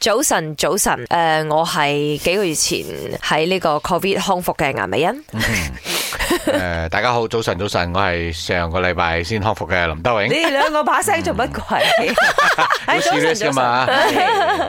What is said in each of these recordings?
早晨，早晨，誒、我係幾個月前喺呢個 Covid 康復嘅顏美 欣，诶、呃大家好，早晨，早晨，我系上个礼拜先康复嘅林德永，你哋兩個把聲做乜鬼？好 serious 噶嘛？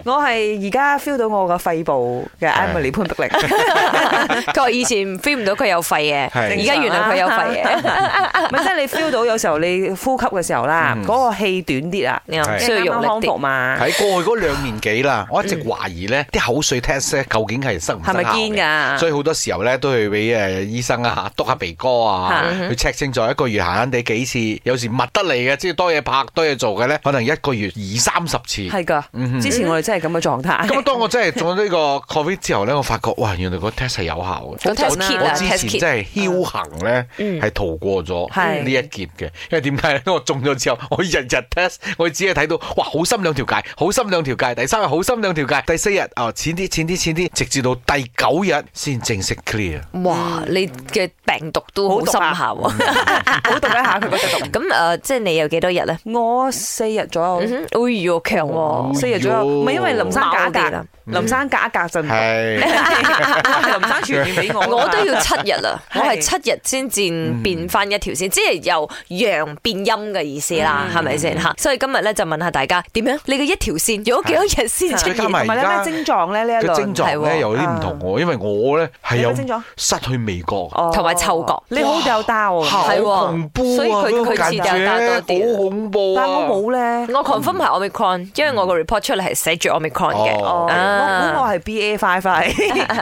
我係而家 feel 到我個肺部嘅 Emily 潘碧玲，佢話以前 feel 唔到佢有肺嘅，係而家原來佢有肺嘅， 咪即係你 feel 到有時候你呼吸嘅時候啦，嗰個氣短啲啊，你 話係需要啱用啱力康啲。復嘛，喺過去嗰兩年幾啦，我一直懷疑咧啲口水 test 咧究竟係生唔生效嗯係咪堅㗎啊嗯所以好多時候咧都去俾誒醫生啊督下鼻哥啊，去 check 清楚一個月閒閒地幾次，有時密得嚟嘅，即係多嘢拍多嘢做嘅咧，可能一個月二三十次。係噶。之前我哋真係咁嘅狀咁態，當我真係中咗呢個 covid 之後咧，我發覺哇，原來個 test 係有效嘅。個 test 好準啊 kit 我啊之，test 前 kit，嗯真係僥倖咧，係逃過咗係呢一劫嘅。因為點解咧？我中咗之後，我日日 test，我只係睇到哇，好深兩條界，好深兩條界，第三日好深兩條界，第四日啊淺啲淺啲淺啲，直至到第九日先正式 clear。哇！嗯你嘅病毒都好好深毒啊下喎。好讀一下佢嗰隻 毒。咁誒、即係你有幾多日咧？我四日左右，嗯哼，哎呦，強喎！四日左右，唔係因為林生假貓啲啦隔，林生假隔陣，係係 林生傳染俾我㗎嘛，我都要七日啦，我 係係七日先嗯至變翻一條線，即係由陽變陰嘅意思啦，嗯係咪先吓？所以今日咧就問下大家點樣？你嘅一條線用咗幾多日先 出再加現？埋而同埋咧家咩症狀咧呢一個症輪，狀係喎咧有啲唔同喎，因為我咧係你有有咩症狀失去味覺。啊哦同埋嗅覺你好有打喎。好哦係喎恐怖所以啊！佢嗰個佢感似就打多覺啲好恐怖啊！但我冇咧。我 confirm 係 omicron，因為我個 report 出嚟係寫住 omicron 嘅。哦，我啊估我係 B A 快快，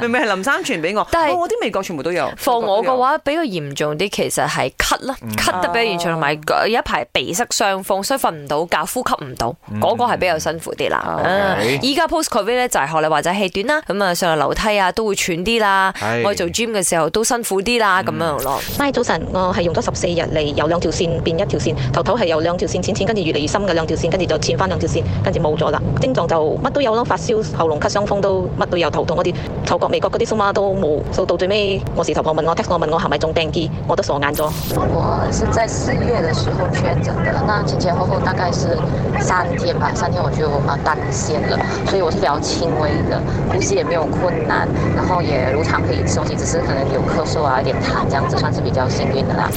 明明係林生傳俾我，但係哦我啲味覺全部都有。放我嘅話，比較嚴重啲，其實係咳啦，咳得比較嚴重，同埋有一排鼻塞傷風，所以瞓唔到覺，呼吸唔到，嗰個係比較辛苦啲啦。啊 OK 依家 post covid 咧就係學你話齋氣短啦，咁啊上樓梯啊都會喘啲啦係，我做 gym 嘅時候都辛苦啲啦，咁樣咯。咪早晨，我係用咗十四日嚟由兩條線變一條線，頭頭係由兩條線淺淺，跟住越嚟越深嘅兩條線，跟住就淺翻兩條線，跟住冇咗啦。症狀就乜都有咯，發燒、喉嚨咳、傷風都乜都有，頭痛嗰啲，嗅覺、味覺嗰啲，蘇媽都冇。到到最尾，我時頭婆問我 text 我問我係咪中病機，我都傻眼咗。我是在四月的时候确诊的，那前前后后大概是三天吧，三天我就呃单线了，所以我是比较轻微的，呼吸也没有困难，然后也如常可以休息，只是可能有咳嗽啊、有点痰这样子，算是比较幸运的啦。